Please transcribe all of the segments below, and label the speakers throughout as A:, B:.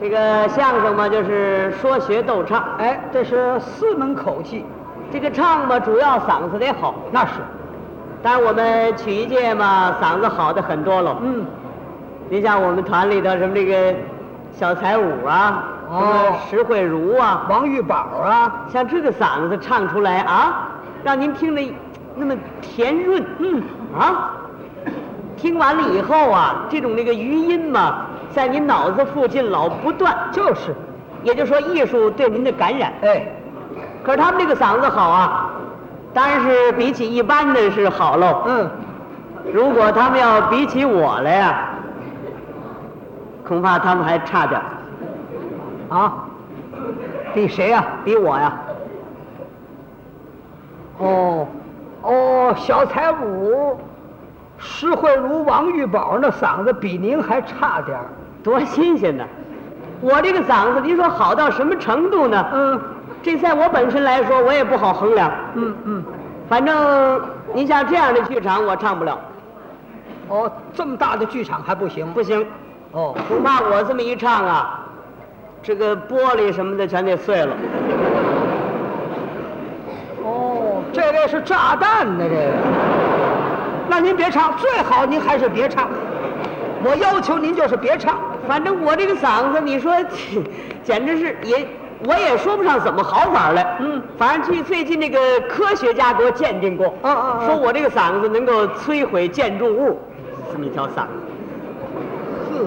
A: 这个相声嘛，就是说学逗唱。
B: 哎，这是四门口技，
A: 这个唱吧，主要嗓子得好。
B: 那是，
A: 但是我们曲艺界嘛，嗓子好的很多了。
B: 嗯，
A: 你像我们团里头什么这个小彩舞啊，
B: 哦
A: 什么石慧茹啊，
B: 王玉宝啊，
A: 像这个嗓子唱出来啊，让您听着那么甜润，嗯啊，听完了以后啊，这种那个余音嘛，在您脑子附近老不断，
B: 就是，
A: 也就是说艺术对您的感染。
B: 哎，
A: 可是他们这个嗓子好啊，当然是比起一般的是好喽。
B: 嗯，
A: 如果他们要比起我来呀、恐怕他们还差点儿，
B: 啊，比谁啊呀、
A: 比我呀、
B: 哦，哦，小彩舞，石慧茹、王玉宝那嗓子比您还差点儿
A: 多新鲜呐！我这个嗓子，您说好到什么程度呢？
B: 嗯，
A: 这在我本身来说，我也不好衡量。
B: 嗯嗯，
A: 反正您像这样的剧场，我唱不了，
B: 哦，这么大的剧场还不行？
A: 不行，
B: 哦，
A: 恐怕我这么一唱啊，这个玻璃什么的全得碎了。
B: 哦，这位是炸弹呢，这个。那您别唱，最好您还是别唱。我要求您就是别唱。
A: 反正我这个嗓子，你说， 简直是也，我也说不上怎么好法儿来。
B: 嗯，
A: 反正据最近那个科学家给我鉴定过，
B: 嗯嗯嗯
A: 说我这个嗓子能够摧毁建筑物，这么一条嗓子，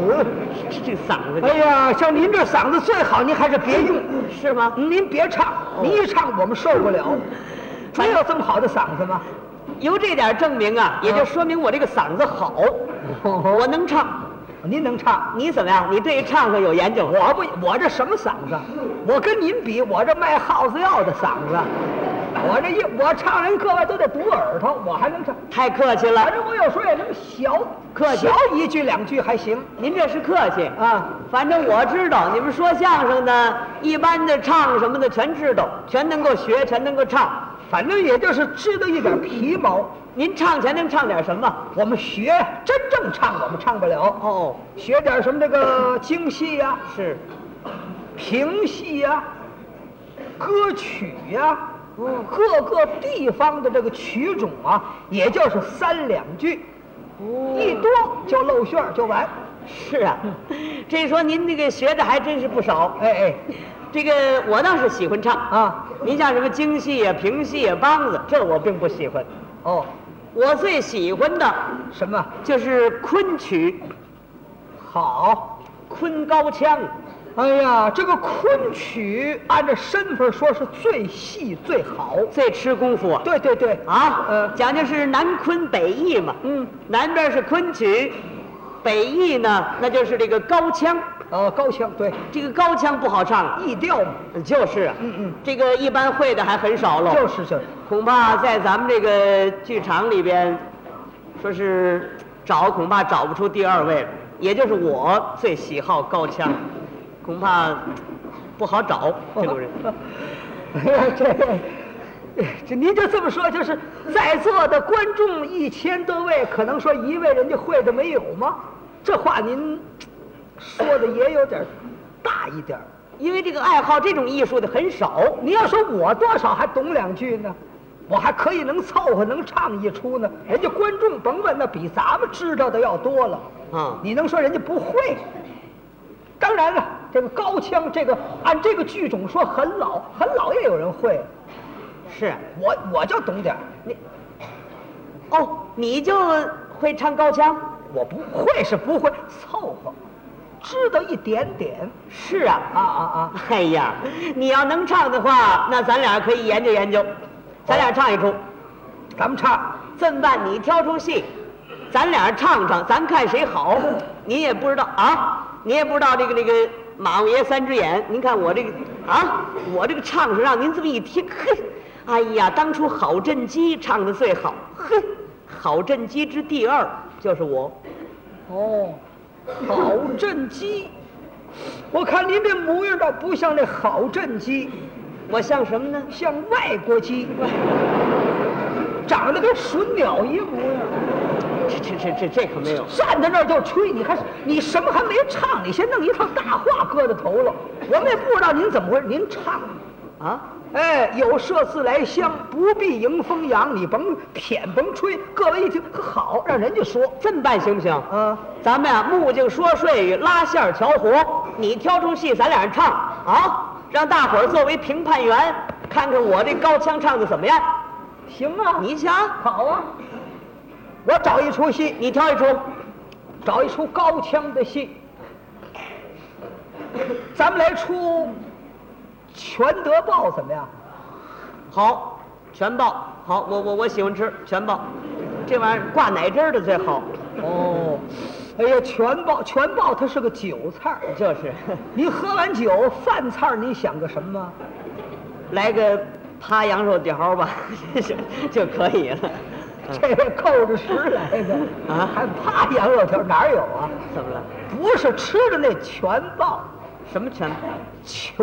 A: 这这嗓子
B: 哎呀，像您这嗓子最好您还是别用，嗯
A: 是吗？
B: 您别唱，您一唱我们受不了。还有这么好的嗓子吗？
A: 由这点证明啊，也就说明我这个嗓子好，我能唱。
B: 您能唱？
A: 你怎么样？你对唱可有研究？
B: 我不，我这什么嗓子？我跟您比，我这卖耗子药的嗓子，我这一我唱人各位都得堵耳朵，我还能唱。
A: 太客气
B: 反
A: 了，
B: 正我有时候也能小
A: 客气
B: 小一句两句还行
A: 您这是客气。
B: 啊。
A: 反正我知道，你们说相声的，一般的唱什么的全知道，全能够学，全能够唱。
B: 反正也就是知道一点皮毛。
A: 您唱前能唱点什么？
B: 我们学真正唱，我们唱不了，
A: 哦，
B: 学点什么这个京戏呀、
A: 是，
B: 评戏呀、歌曲呀、各个地方的这个曲种啊，也就是三两句，一多就露馅儿就完。
A: 是啊。这说您那个学的还真是不少。
B: 哎
A: 这个我倒是喜欢唱
B: 哎，啊，
A: 您像什么京戏呀、评戏呀、梆子，这我并不喜欢。
B: 哦，
A: 我最喜欢的
B: 什么
A: 就是昆曲、
B: 好？
A: 昆高腔。
B: 哎呀，这个昆曲按照身份说是最细最好。
A: 最吃功夫啊。
B: 对对对，
A: 啊，
B: 呃
A: 讲究是南昆北弋嘛。
B: 嗯，
A: 南边是昆曲，北弋呢，那就是这个高腔。
B: 呃，高腔对，
A: 这个高腔不好唱啊，
B: 意调嘛，
A: 就是啊。
B: 嗯嗯，
A: 这个一般会的还很少喽。
B: 就是就是，
A: 恐怕在咱们这个剧场里边，说是找恐怕找不出第二位了，也就是我最喜好高腔，恐怕不好找 这种人。
B: 哎呀，这这您就这么说，就是在座的观众一千多位，可能说一位人家会的没有吗？这话您说的也有点儿大一点儿。
A: 因为这个爱好这种艺术的很少，
B: 你要说我多少还懂两句呢，我还可以能凑合能唱一出呢。人家观众甭问，那比咱们知道的要多了。
A: 嗯
B: 你能说人家不会？当然了，这个高腔，这个按这个剧种说很老，很老也有人会。
A: 是啊。
B: 我我就懂点儿
A: 你，哦，你就会唱高腔？
B: 我不会是不会，凑合，知道一点点。
A: 是啊，
B: 啊啊啊！
A: 哎呀，你要能唱的话，那咱俩可以研究研究，咱俩唱一出。
B: 咱们唱，
A: 这么办？你挑出戏，咱俩唱唱，咱看谁好。你也不知道啊，你也不知道这个这个马王爷三只眼。您看我这个啊，我这个唱是让您这么一听，嘿，哎呀，当初郝振基唱的最好，嘿，郝振基之第二就是我。
B: 哦，郝振基，我看您这模样倒不像那郝振基，
A: 我像什么呢？
B: 像外国鸡，长得跟水鸟一模样。
A: 这这这这这可没有。
B: 站在那儿就吹，你还你什么还没唱，你先弄一套大话搁到头了。我们也不知道您怎么回事，您唱
A: 啊，
B: 哎，有麝自来香，不必迎风扬，你甭舔甭吹。各位一听，好，让人家说，
A: 这么办行不行？
B: 嗯，
A: 咱们啊，木匠说睡与拉线儿调和，你挑出戏，咱俩人唱啊，让大伙儿作为评判员，看看我这高腔唱的怎么样。
B: 行啊，
A: 你瞧，
B: 好啊。我找一出戏，
A: 你挑一出，
B: 找一出高腔的戏，咱们来出《全德报》怎么样？
A: 好，全报。好，我我我喜欢吃全报，这玩意儿挂奶汁儿的最好。
B: 哦，哎呀，全报全报它是个酒菜儿，
A: 就是，
B: 您喝完酒饭菜儿你想个什么？
A: 嗯来个扒羊肉条儿吧， 就就可以了。嗯
B: 这扣着食来的
A: 啊
B: 还怕羊肉条哪儿有啊？
A: 怎么了？
B: 不是吃的那全报，
A: 什么全
B: 全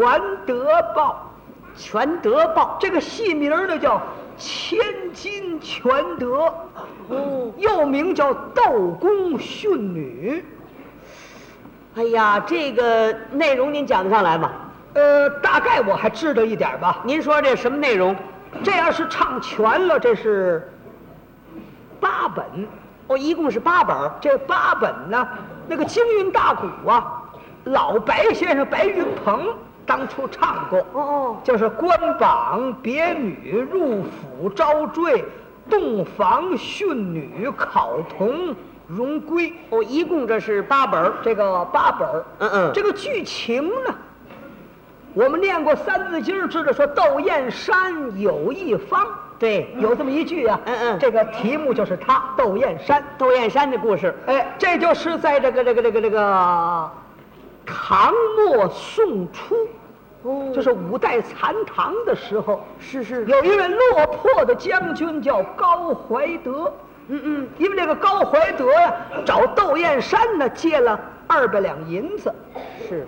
B: 德报，
A: 全德报？
B: 这个戏名儿呢叫《千金全德》，
A: 哦，
B: 又名叫《斗公训女》。
A: 哎呀，这个内容您讲得上来吗？
B: 呃，大概我还知道一点儿吧。
A: 您说这什么内容？
B: 这要是唱全了，这是八本。
A: 哦，一共是八本儿。
B: 这八本呢，那个京韵大鼓啊，老白先生白云鹏当初唱过，
A: 哦
B: 就是官榜、别女、入府、招赘、洞房、训女、考童、荣归，
A: 哦，一共这是八本儿。
B: 这个八本儿。
A: 嗯嗯
B: 这个剧情呢，我们念过《三字经》，知道说窦燕山有一方，
A: 对，
B: 有这么一句啊。
A: 嗯嗯
B: 这个题目就是他窦燕山。
A: 窦燕山的故事。
B: 哎，这就是在这个这个这个这个唐末宋初，
A: 哦
B: 就是五代残唐的时候，
A: 是是。
B: 有一位落魄的将军叫高怀德，
A: 嗯嗯。
B: 因为这个高怀德呀、找窦燕山呢借了二百两银子，
A: 是。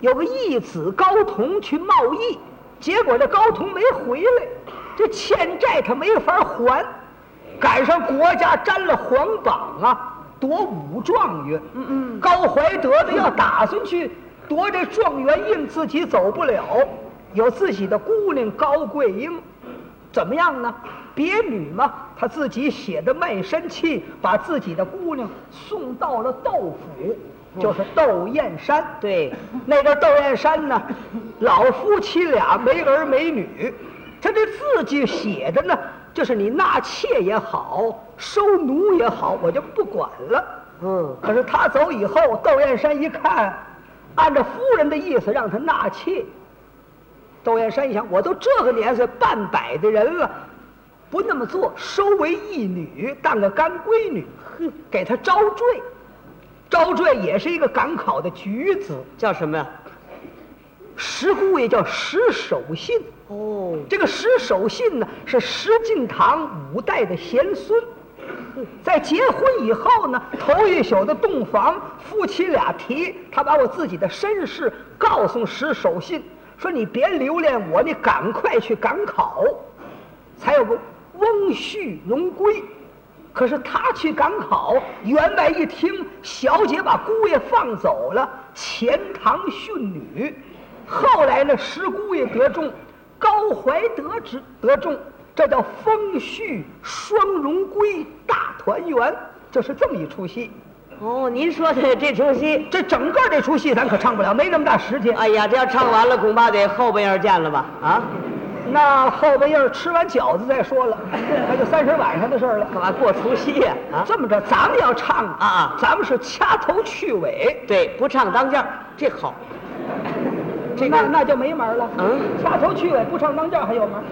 B: 有个义子高同去贸易，结果这高同没回来，这欠债他没法还，赶上国家沾了皇榜啊，夺武状元。嗯嗯，高怀德呢要打算去夺这状元印，自己走不了，有自己的姑娘高桂英，怎么样呢？别女嘛，她自己写的卖身契，把自己的姑娘送到了窦府，就是窦燕山。
A: 嗯对，
B: 那个窦燕山呢，老夫妻俩没儿没女，他这字据写的呢，就是你纳妾也好，收奴也好，我就不管了。
A: 嗯。
B: 可是他走以后，窦燕山一看，按照夫人的意思让他纳妾。窦燕山一想，我都这个年岁半百的人了，不那么做，收为义女，当个干闺女，哼，给他招赘。招赘也是一个赶考的举子，
A: 叫什么呀？
B: 石姑爷叫石守信。
A: 哦。
B: 这个石守信呢，是石敬瑭五代的贤孙。在结婚以后呢，头一宿的洞房，夫妻俩提，他把我自己的身世告诉石守信，说你别留恋我，你赶快去赶考，才有个翁婿荣归。可是他去赶考，员外一听，小姐把姑爷放走了，钱塘训女。后来呢，石姑爷得中，高怀德之得中，这叫风序双荣归大团圆，这是这么一出戏。
A: 哦，您说的这出戏，
B: 这整个这出戏咱可唱不了，没那么大时间。
A: 哎呀，这要唱完了，恐怕得后半夜见了吧？啊，
B: 那后半夜儿吃完饺子再说了，那就三十晚上的事儿了。
A: 干嘛过除夕呀、啊？
B: 这么着，咱们要唱
A: 啊啊
B: 咱们是掐头去尾。
A: 对，不唱当件儿，这好。这个
B: 那那就没门儿了。
A: 嗯，
B: 掐头去尾不唱当间儿还有门儿？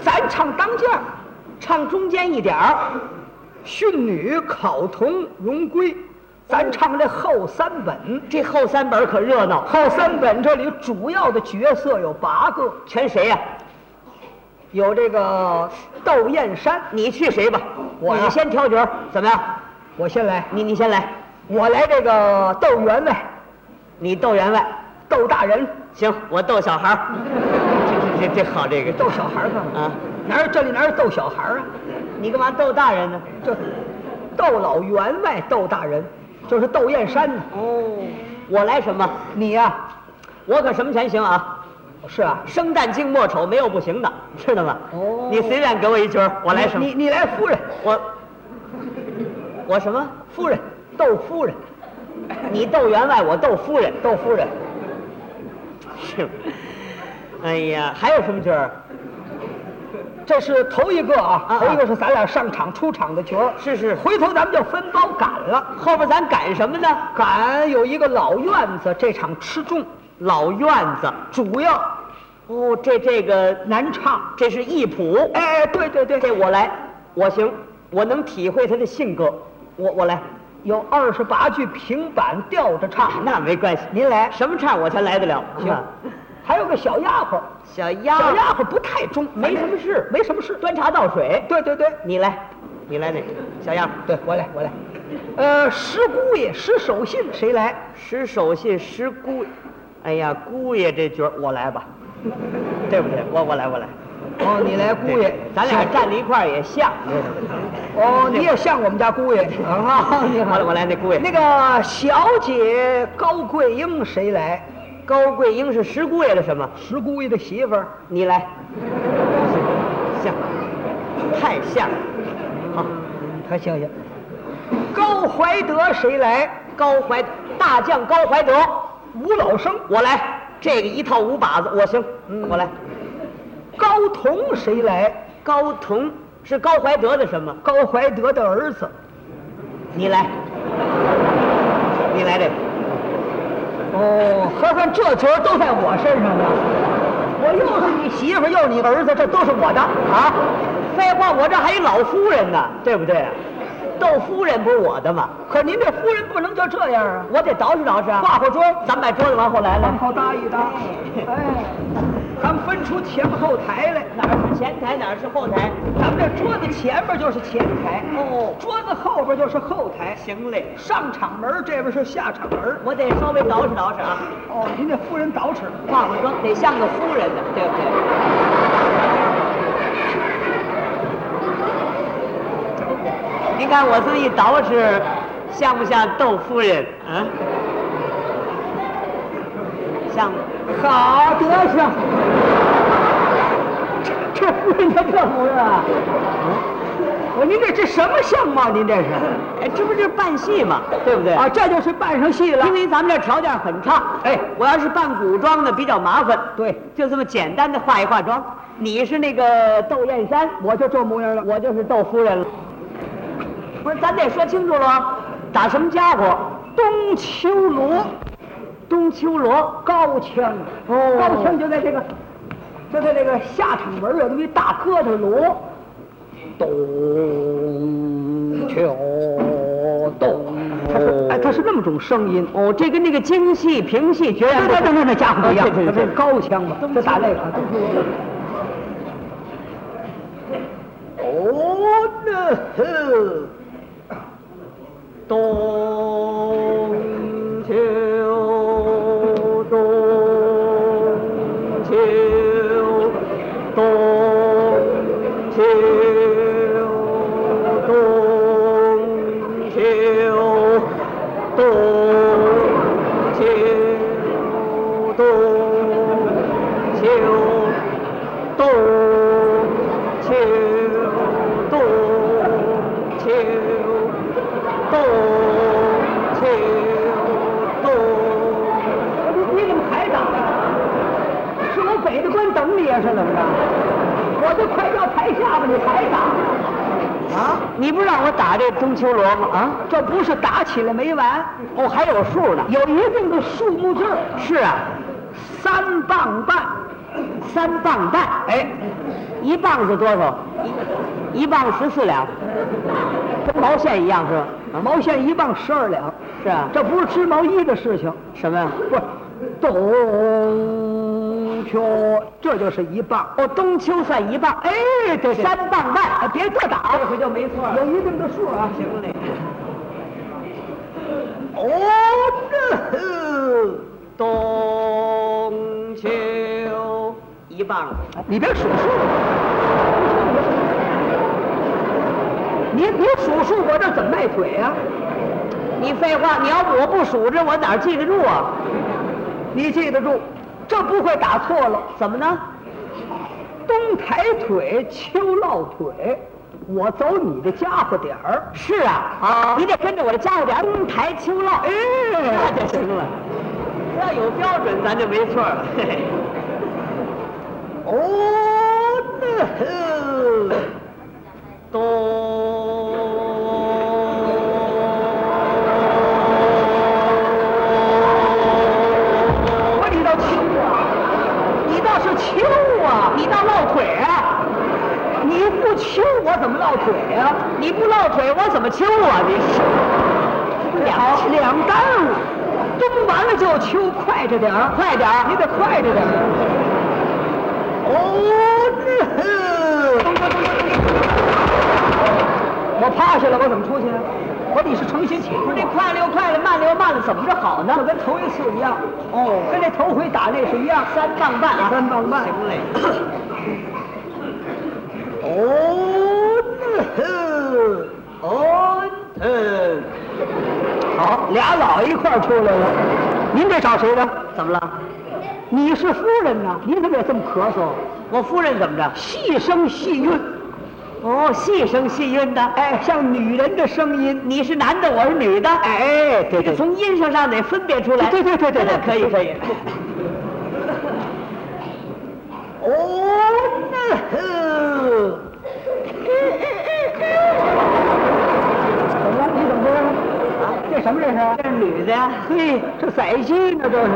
B: 咱唱当间儿，唱中间一点儿，训女、考童、荣归，咱唱这后三本。
A: 这后三本可热闹，
B: 后三本这里主要的角色有八个，
A: 全哎谁呀、
B: 有这个窦燕山，
A: 你去谁吧？
B: 我呀
A: 你先挑角儿，怎么样？
B: 我先来，
A: 你你先来，
B: 我来这个窦员外，
A: 你逗员外，
B: 窦大人，
A: 行，我逗小孩儿。这这这这好，这个
B: 窦小孩儿干嘛？
A: 啊，
B: 哪有这里哪有窦小孩儿啊？
A: 你干嘛逗大人呢？
B: 这窦老员外窦大人，就是窦燕山呢。
A: 哦，我来什么？
B: 你呀、
A: 我可什么全行啊！
B: 是啊，
A: 生旦净末丑没有不行的，知道吗？
B: 哦
A: 你随便给我一角儿，我来什么？
B: 你你来夫人，
A: 我我什么？
B: 夫人，窦夫人，
A: 你窦员外，我窦夫人。
B: 窦夫人，
A: 是。哎呀，还有什么角儿？
B: 这是头一个啊，
A: 啊
B: 头一个是咱俩上场出场的角儿。
A: 是是
B: 回头咱们就分包赶了。
A: 后边咱赶什么呢？
B: 赶有一个老院子，这场吃重，
A: 老院子。
B: 主要
A: 哦，这这个
B: 难唱。
A: 这是艺谱。
B: 哎，对对对，
A: 这我来，我行，我能体会他的性格。我我来，
B: 有二十八句平板吊着唱。
A: 那没关系。
B: 您来，
A: 什么唱我才来得了？
B: 嗯行。还有个小丫鬟，
A: 小丫
B: 小丫鬟不太中，
A: 没什么事
B: 没什么事。
A: 端茶倒水。
B: 对对对，
A: 你来，你来那个小丫鬟，
B: 对我来我来。呃，石姑爷、石守信谁来？
A: 石守信、石姑，哎呀，姑爷这角儿我来 吧，对不对？我我来我来，
B: 哦，你来姑爷，
A: 咱俩
B: 行
A: 站在一块儿也像，你知道吗
B: 哦，你也像我们家姑爷啊！你好
A: 我，我来那姑爷，
B: 那个小姐高桂英谁来？
A: 高桂英是石姑爷的什么？
B: 石姑爷的媳妇儿。
A: 你来，像，太像了，好，
B: 还行行。高怀德谁来？
A: 高怀大将高怀德，
B: 吴老生。
A: 我来，这个一套五把子我行，我来，
B: 高同谁来？
A: 高同是高怀德的什么？
B: 高怀德的儿子。
A: 你来，你来这个。
B: 哦，合算这球都在我身上了。我又是你媳妇儿，又是你儿子，这都是我的
A: 啊
B: 啊！，
A: 废话，我这还一老夫人呢，对不对？啊窦夫人不是我的吗？
B: 可您这夫人不能就这样啊！
A: 我得捯饬捯饬啊。
B: 挂会桌，
A: 咱们把桌子往后来来
B: 往，后搭一搭。哎，咱们分出前后台来。
A: 哪儿是前台，哪儿是后台？
B: 咱们这桌子前面就是前台，
A: 哦
B: 桌子后边就是后台。
A: 行嘞，
B: 上场门儿这边是下场门儿。
A: 我得稍微捯饬捯饬啊。
B: 哦，您这夫人捯饬。
A: 挂会桌得像个夫人呢，对不对？您看我这么一捯饬，像不像窦夫人啊？像吗？
B: 好德行，这这夫人她这模样啊！我您这这什么相貌？您这是
A: 哎，这不是扮戏吗？对不对？
B: 啊？这就是扮上戏了
A: 因。为咱们这条件很差，
B: 哎
A: 我要是扮古装的比较麻烦，
B: 对，
A: 就这么简单的化一化妆。你是那个窦燕山，
B: 我就这模样了。
A: 我就是窦夫人了。不是，咱得说清楚了，啊打什么家伙？
B: 东丘罗，
A: 东丘罗，
B: 高腔，
A: 哦
B: 高腔就在这个，就在这个下场门儿有那么一大疙瘩锣。
A: 东丘
B: 它是
A: 东
B: 哎，它是那么种声音。
A: 哦，这跟那个京戏、评戏截然
B: 对
A: 不
B: 对对
A: 同。
B: 对，那家伙不一样，
A: 啊对对
B: 这
A: 对
B: 是高腔嘛，这打擂啊。哦，那呵，
A: 东秋，东秋，东秋，东秋，东秋，东秋，东秋，东秋。洞秋洞，
B: 哎不是你怎么还打呀？是我北大关等你啊，是怎么着？我都快到台下了，你还打？啊，
A: 你不让我打这中秋罗吗？啊，
B: 这不是打起来没完，
A: 哦，还有数呢。
B: 有一定的数目字儿，
A: 是啊，
B: 三磅半。
A: 三磅半，
B: 哎，
A: 一磅是多少？一一磅十四两，跟毛线一样是吧？
B: 毛线一磅十二两，
A: 是啊，
B: 这嗯不是织毛衣的事情。
A: 什么呀？
B: 不是，冬秋，这就是一磅。
A: 哦，中秋算一磅，
B: 哎，对
A: 三磅半，
B: 哎别这打，
A: 这回就没错
B: 有。一定的数啊。行嘞。
A: 呃
B: 哦，
A: 冬秋一磅，
B: 那你别数数。你你数数我这怎么迈腿啊呀、
A: 你废话，你要我 不数着，我哪儿记得住啊？
B: 你记得住，这不会打错了。
A: 怎么呢？
B: 东抬腿，秋落腿，我走你的家伙点儿。
A: 是啊，
B: 啊
A: 你得跟着我的家伙点儿东抬秋落，
B: 哎，
A: 那就行了。要有标准，咱就没错了。嘿嘿
B: 哦，那呵我你倒秋啊，你倒是秋啊，
A: 你倒落腿啊！
B: 你不秋我怎么落腿啊呀、
A: 你不落腿，我怎么秋啊？你是
B: 两两单了，冬完了就秋，快着点儿，
A: 快点
B: 你
A: 儿！
B: 得快着点儿。哦，那我趴下了，我怎么出去啊？我得是诚心请
A: 不是
B: 的
A: 这。快了又快了，慢了又慢了，怎么着好呢
B: 那？跟头一次一样，
A: 哦
B: 跟那头回打那是一样，
A: 三磅半啊！
B: 三棒半。
A: 行嘞。
B: 哦，
A: 呃
B: 那哦，
A: 嗯，
B: 好，俩老一块儿出来了。您这找谁呢？
A: 怎么了？
B: 你是夫人呐，您怎么也这么咳嗽？
A: 我夫人怎么着？
B: 细声细韵，
A: 哦，细声细韵的。
B: 哎，像女人的声音。
A: 你是男的，我是女的。
B: 哎，对对，
A: 从音声上得分别出来。
B: 对对对对对
A: 那可以可以。
B: 哦，那呵怎么了？你怎么这样了？啊，这什么这是？
A: 这是女的呀。
B: 嘿，这宰戏呢，这是。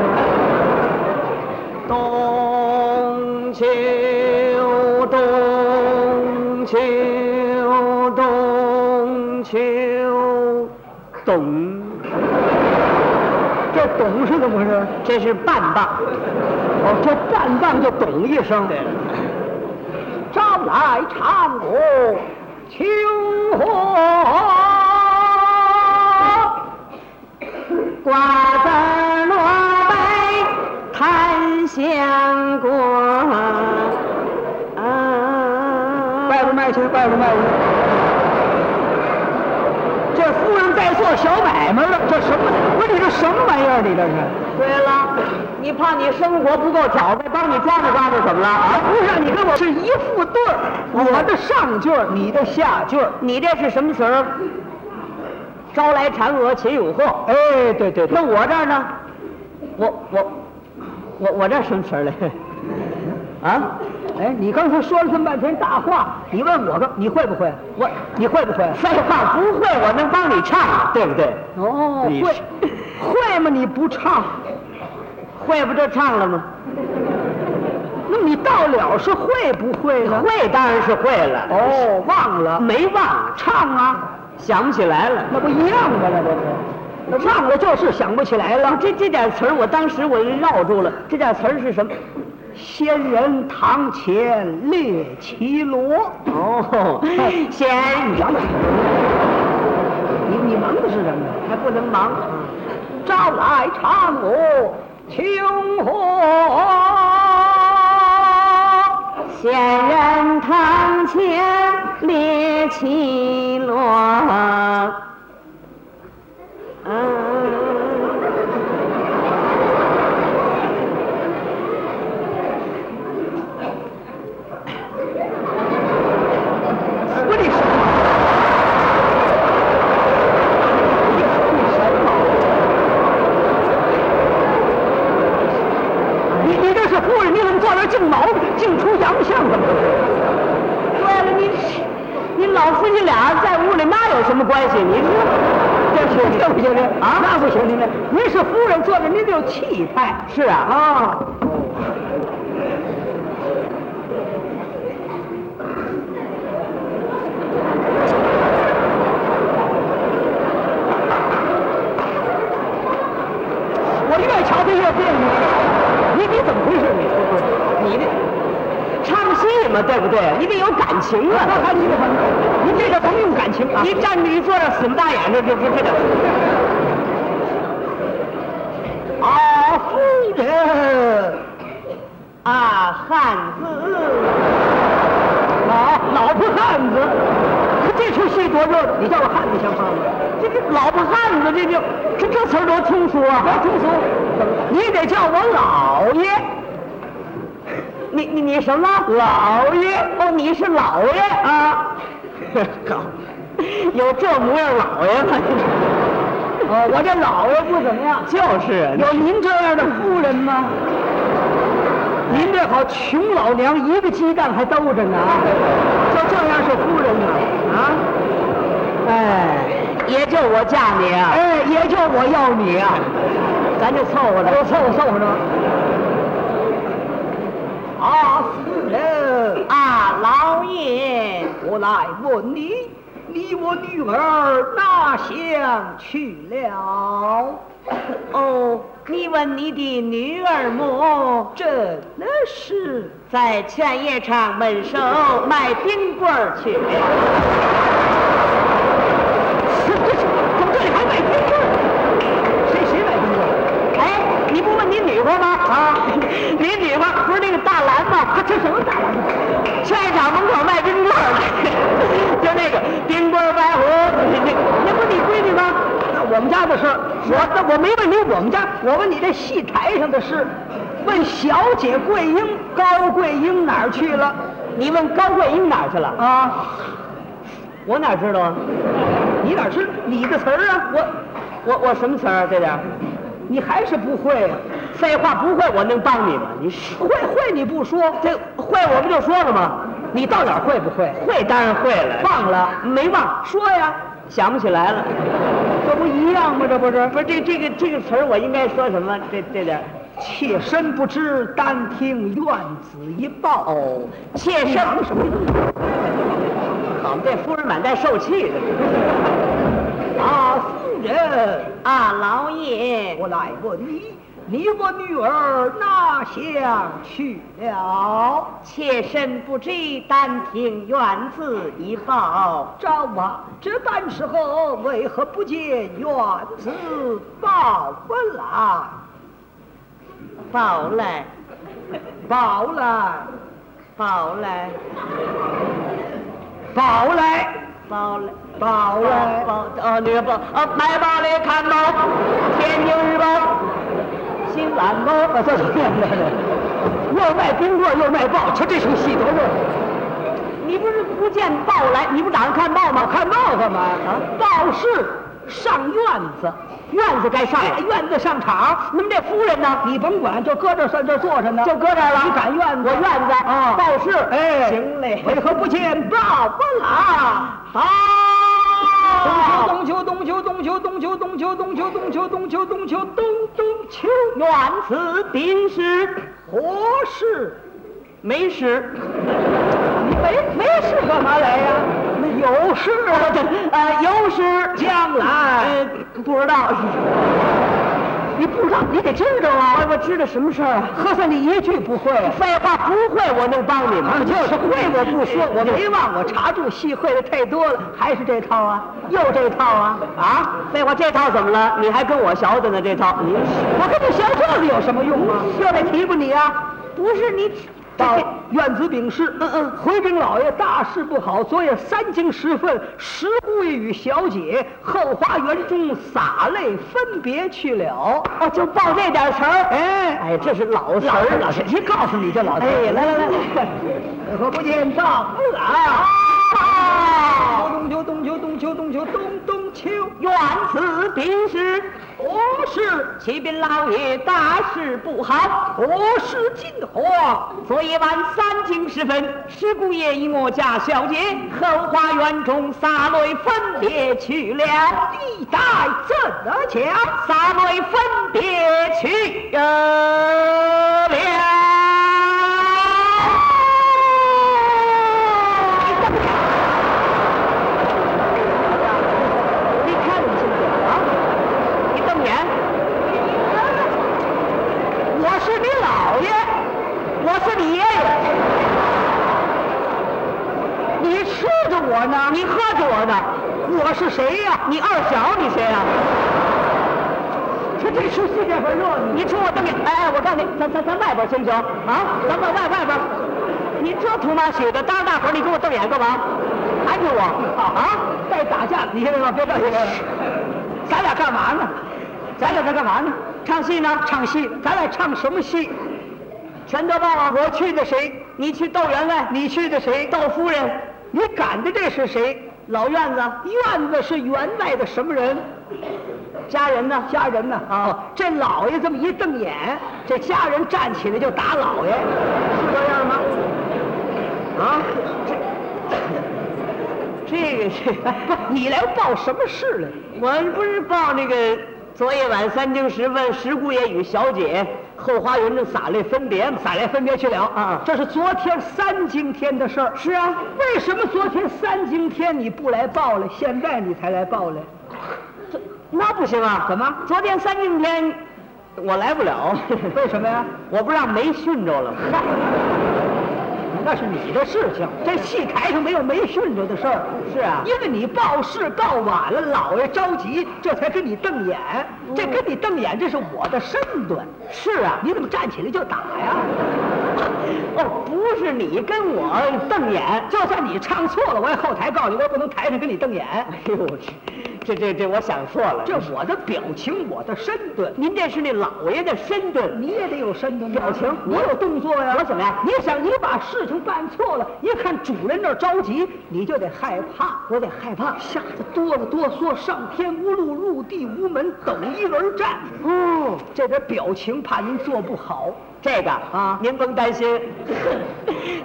A: 冬秋冬秋冬秋冬，
B: 这懂是怎么回事？
A: 这是半棒。
B: 哦，这半当就懂一声。
A: 对了，
B: 招来唱我秋荷，
A: 瓜子萝卜檀香果，啊
B: 外边卖去，外边卖去。这夫人在做小买卖了，这什么？不是你这什么玩意儿？你这是？
A: 对了，你怕你生活不够挑呗，帮你抓摸抓摸，怎么了
B: 啊，
A: 啊？嗯
B: 不是，你跟我是一副对儿，我的上句儿，你的下句儿。
A: 你这是什么词儿？啊招来嫦娥秦俑后。
B: 哎，对对对
A: 那，我这儿呢？我我我我这儿什么词儿来？啊，
B: 哎，你刚才说了这么半天大话，你问我个，你会不会？
A: 我
B: 你会不会？
A: 废话不会，我能帮你唱啊，对不对？
B: 哦
A: 你
B: 会
A: 是，
B: 会吗？你不唱，
A: 会不就唱了吗？
B: 那你到了是会不会呢？
A: 会嗯当然是会了，
B: 哦，忘了
A: 没忘，
B: 唱啊，
A: 想不起来了。
B: 那不一样吗？那不是，忘了就是想不起来了。
A: 这这点词儿，我当时我就绕住了。这点词儿是什么？
B: 仙人堂前列绮罗，
A: 哦，仙人
B: 杨你你忙的是什么？
A: 还不能忙。啊
B: 朝来长我清河。
A: 仙人堂前列绮罗，嗯，
B: 我的神啊！你你这是夫人，你怎么坐那儿净毛病，净出洋相？怎么回事？
A: 对了，你你老夫妻俩在屋里那有什么关系？你说
B: 这不行，这不行，这
A: 啊
B: 那不行，您这您是夫人，坐着您得有气派
A: 是啊，
B: 啊。我越瞧他越别扭，你你怎么回事？你不是
A: 你这唱戏嘛，对不对？你得有感情
B: 那
A: 啊。
B: 还你怎么？您这个甭用感情啊
A: 你。站着一坐着，死不大眼的，这不这个。
B: 啊，夫人，
A: 啊，汉子，
B: 啊，老婆汉子，这这出戏多热闹，你叫我汉子像话吗？
A: 这个老婆汉子，这就这这词儿多通俗啊，多通俗！你得叫我老爷。你你你什么？老爷？哦，你是老爷啊？ 好，有这模样老爷 吗？
B: 哦，我这老爷不怎么样，
A: 就是啊
B: 有您这样的夫人吗？您这好穷老娘一个鸡蛋还兜着呢，就这样是夫人吗？啊，哎
A: 也就我嫁你啊，
B: 哎，也就我要你啊，
A: 咱就凑合
B: 我
A: 着。
B: 凑合凑合着。啊，夫人
A: 啊，老爷，
B: 我来问你，你我女儿哪乡去了？
A: 哦，你问你的女儿么？
B: 真的是，
A: 在劝业场门首卖冰棍儿去。
B: 这这怎么这里还卖冰棍儿？谁谁卖冰棍儿？
A: 哎，你不问你女儿吗？啊， 你女儿不是那个大蓝吗？
B: 这什么大玩意儿？
A: 劝业场门口卖冰棍儿的，就那个冰棍儿白胡子，那那不你闺女吗？
B: 那我们家的事儿，我那我没问你我们家，我问你这戏台上的事。问小姐桂英，高桂英哪儿去了？
A: 你问高桂英哪儿去了？
B: 啊，
A: 我哪知道啊？
B: 你哪知你的词儿啊？我，
A: 我我什么词儿啊？这点儿
B: 你还是不会啊？
A: 废话不会，我能帮你吗？你是
B: 会会你不说，
A: 这会我不就说了吗？
B: 你到哪儿会不会？
A: 会当然会了，
B: 忘了
A: 没忘，
B: 说呀，
A: 想不起来了。
B: 这不一样吗？这不是
A: 不是这这个这个词儿，我应该说什么？这这点儿
B: 妾身不知，单听院子一报。哦，
A: 妾身
B: 什么
A: 好，这夫人满带受气的。
B: 啊，夫人，
A: 啊，老爷，
B: 我来问你，你我女儿哪乡去了？
A: 妾身不知，单听院子一报。
B: 赵王这般时候为何不见院子报来？
A: 报来，
B: 报来，
A: 报来，
B: 报来，
A: 报来。
B: 报来！
A: 报哦，那个报哦，买报嘞，看报，天津日报，新晚报，
B: 啊，这这这，又卖冰棍儿又卖报，瞧这出戏多热闹！
A: 你不是不见报来，你不打算看报吗？
B: 看报干嘛呀？啊，报是上院子，
A: 院子该上
B: 哎，
A: 了，
B: 院子上场。那么这夫人呢？你甭管，就搁这儿算这儿坐着呢，
A: 就搁这儿了。
B: 你赶院子，
A: 我院子
B: 啊，
A: 报事，
B: 哎，
A: 行嘞。啊
B: 为何不见报不来？
A: 好，
B: 东秋，东秋，东秋，东秋，东秋，东秋，东秋，东秋，东秋，东东秋，
A: 原词宾诗，
B: 何事？
A: 没诗，
B: 你没没事干嘛来呀？那有事 啊，
A: 呃，有诗，
B: 将来
A: 呃，不知道，
B: 你不知道，你得知道
A: 我
B: 啊。
A: 我知道什么事儿啊？
B: 合算你一句不会。
A: 废话不会，我能帮你
B: 啊，
A: 吗？
B: 就是会我不说，我没忘，我查住戏会的太多了，还是这套啊，又这套啊啊！
A: 废话，这套怎么了？你还跟我学的呢？这套，你
B: 我跟你学这个有什么用啊？又来提拔你啊！
A: 不是你，
B: 到院子禀事，嗯嗯，回禀老爷，大事不好，昨夜三更时分，石姑爷与小姐后花园中洒泪分别去了。
A: 哦，就报这点词儿。
B: 哎
A: 哎，这是老词
B: 老
A: 儿
B: 师，
A: 了
B: 老。师，你告诉你这老师，
A: 哎来来来来，
B: 为何不见丈夫来？
A: 好，
B: 冬秋冬秋冬秋冬秋冬冬秋，
A: 原词宾诗，
B: 何事
A: 启禀老爷，大事不好。
B: 何事尽火？
A: 啊昨夜晚三更时分，石姑爷与我家小姐后花园中洒泪分别去了，
B: 历代怎得强？
A: 洒泪分别去了。
B: 你看你这个啊，
A: 你瞪眼，
B: 我是你姥爷，
A: 我是你爷爷，
B: 你吃着我呢，
A: 你喝着我呢。
B: 我是谁呀、
A: 你二小，你谁呀、
B: 这这出戏这份热闹，
A: 你冲我瞪眼！哎哎，我告诉你，咱咱咱外边行不行？啊，咱外外外边，你这他妈写的，当着大伙儿你给我瞪眼干嘛？看着我
B: 啊
A: 啊！，
B: 再打架，你先别别着急，咱俩干嘛呢？咱俩在干嘛呢？
A: 唱戏呢，
B: 唱戏，咱俩唱什么戏？
A: 全都忘了。
B: 我去的谁？
A: 你去窦员外，
B: 你去的谁？
A: 窦夫人，
B: 你赶的这是谁？
A: 老院子，
B: 院子是员外的什么人？
A: 家人呢？
B: 家人呢？啊，这老爷这么一瞪眼，这家人站起来就打老爷，是这样吗？啊，
A: 这个是，
B: 不， 你来报什么事来？
A: 我不是报那个昨夜晚三更时问石姑爷与小姐后花园的洒泪分别吗？
B: 咱俩分别去了
A: 啊
B: 这是昨天三更天的事儿。是啊，为什么昨天三更天你不来报了，现在你才来报来？
A: 那不行啊！
B: 怎么
A: 昨天三更天我来不 了，
B: 为什么呀？
A: 我不让梅训着了吗？
B: 嗨，那是你的事情，这戏台上没有没训着的事儿。
A: 是啊
B: 因为你报事报晚了，老爷着急，这才跟你瞪眼。这跟你瞪眼，这是我的身段。嗯是啊，你怎么站起来就打呀？
A: 哦，不是你跟我瞪眼，
B: 就算你唱错了，我也后台告你，我也不能台上跟你瞪眼。
A: 哎呦我去，这这这我想错了，
B: 这我的表情，我的身段，
A: 您这是那老爷的身段，
B: 你也得有身段、
A: 表情
B: 你有动作呀。
A: 我怎么样
B: 你想，你把事情办错了，一看主人那儿着急，你就得害怕。我得害怕，吓得哆了哆嗦，上天无路，入地无门，抖衣而战。
A: 哦，
B: 这点表情怕您做不好。
A: 这个
B: 啊
A: 您甭担 心。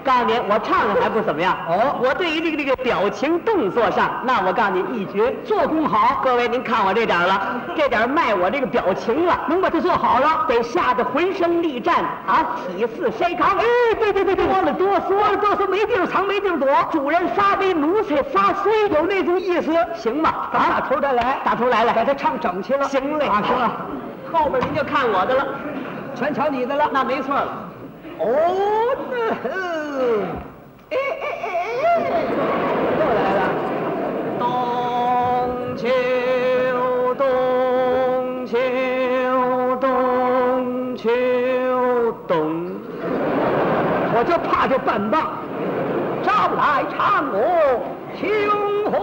A: 告诉您，我唱的还不怎么样
B: 哦
A: 我对于这个这个表情动作上，那我告诉您一绝，做工好。各位，您看我这点儿 了，这点儿卖我这个表情了，能把它做好了，得吓得浑身力战啊，体似筛糠。哎，对对对对，哆了哆嗦了哆嗦，没地儿藏，没地儿躲。主人杀杯奴才撒虽有那种意思，行吗？
B: 咱
A: 啊
B: 打，头再来，
A: 打出来
B: 把
A: 了，
B: 它唱整齐了。
A: 行嘞
B: 啊，行了，
A: 后边您就看我的了，
B: 全瞧你的了。
A: 那没错了。
B: 哦，那，哎哎哎哎，又来了。
A: 冬秋冬秋冬秋冬，
B: 我就怕这半棒。招来唱我清河，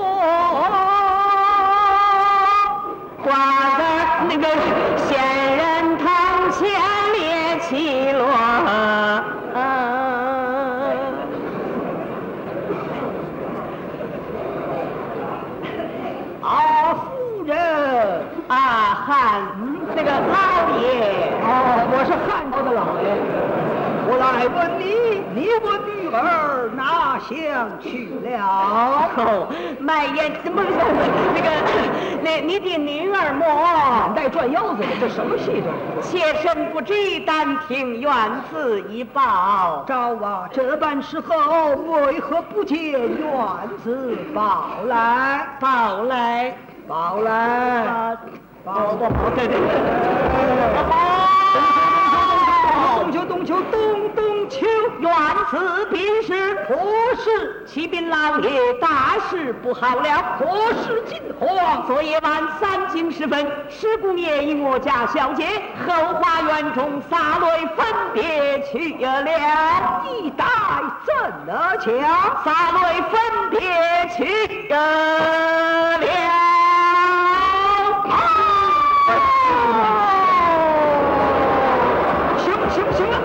A: 挂在那个仙人堂前列起落。
B: 敖夫人。
A: 啊汉，那个老爷，
B: 哦，我是汉朝的老爷。我来问你，你我女儿哪乡去了？
A: 哦，卖烟不是那个， 那你的女儿么？
B: 带转腰子的，这什么戏这？
A: 妾身不知，但听院子一报。
B: 昭啊，这般时候为何不见院子宝来？
A: 宝来，
B: 宝来，
A: 啊，
B: 宝来。
A: 对对对，宝
B: 冬秋冬秋冬冬秋，
A: 原此便是
B: 何事
A: 启禀老爷，大事不好了。
B: 何事惊慌？
A: 昨夜晚三更时分，施公爷与我家小姐后花园中洒泪分别去了，
B: 一代怎了强？
A: 洒泪分别去了。
B: 行行行了，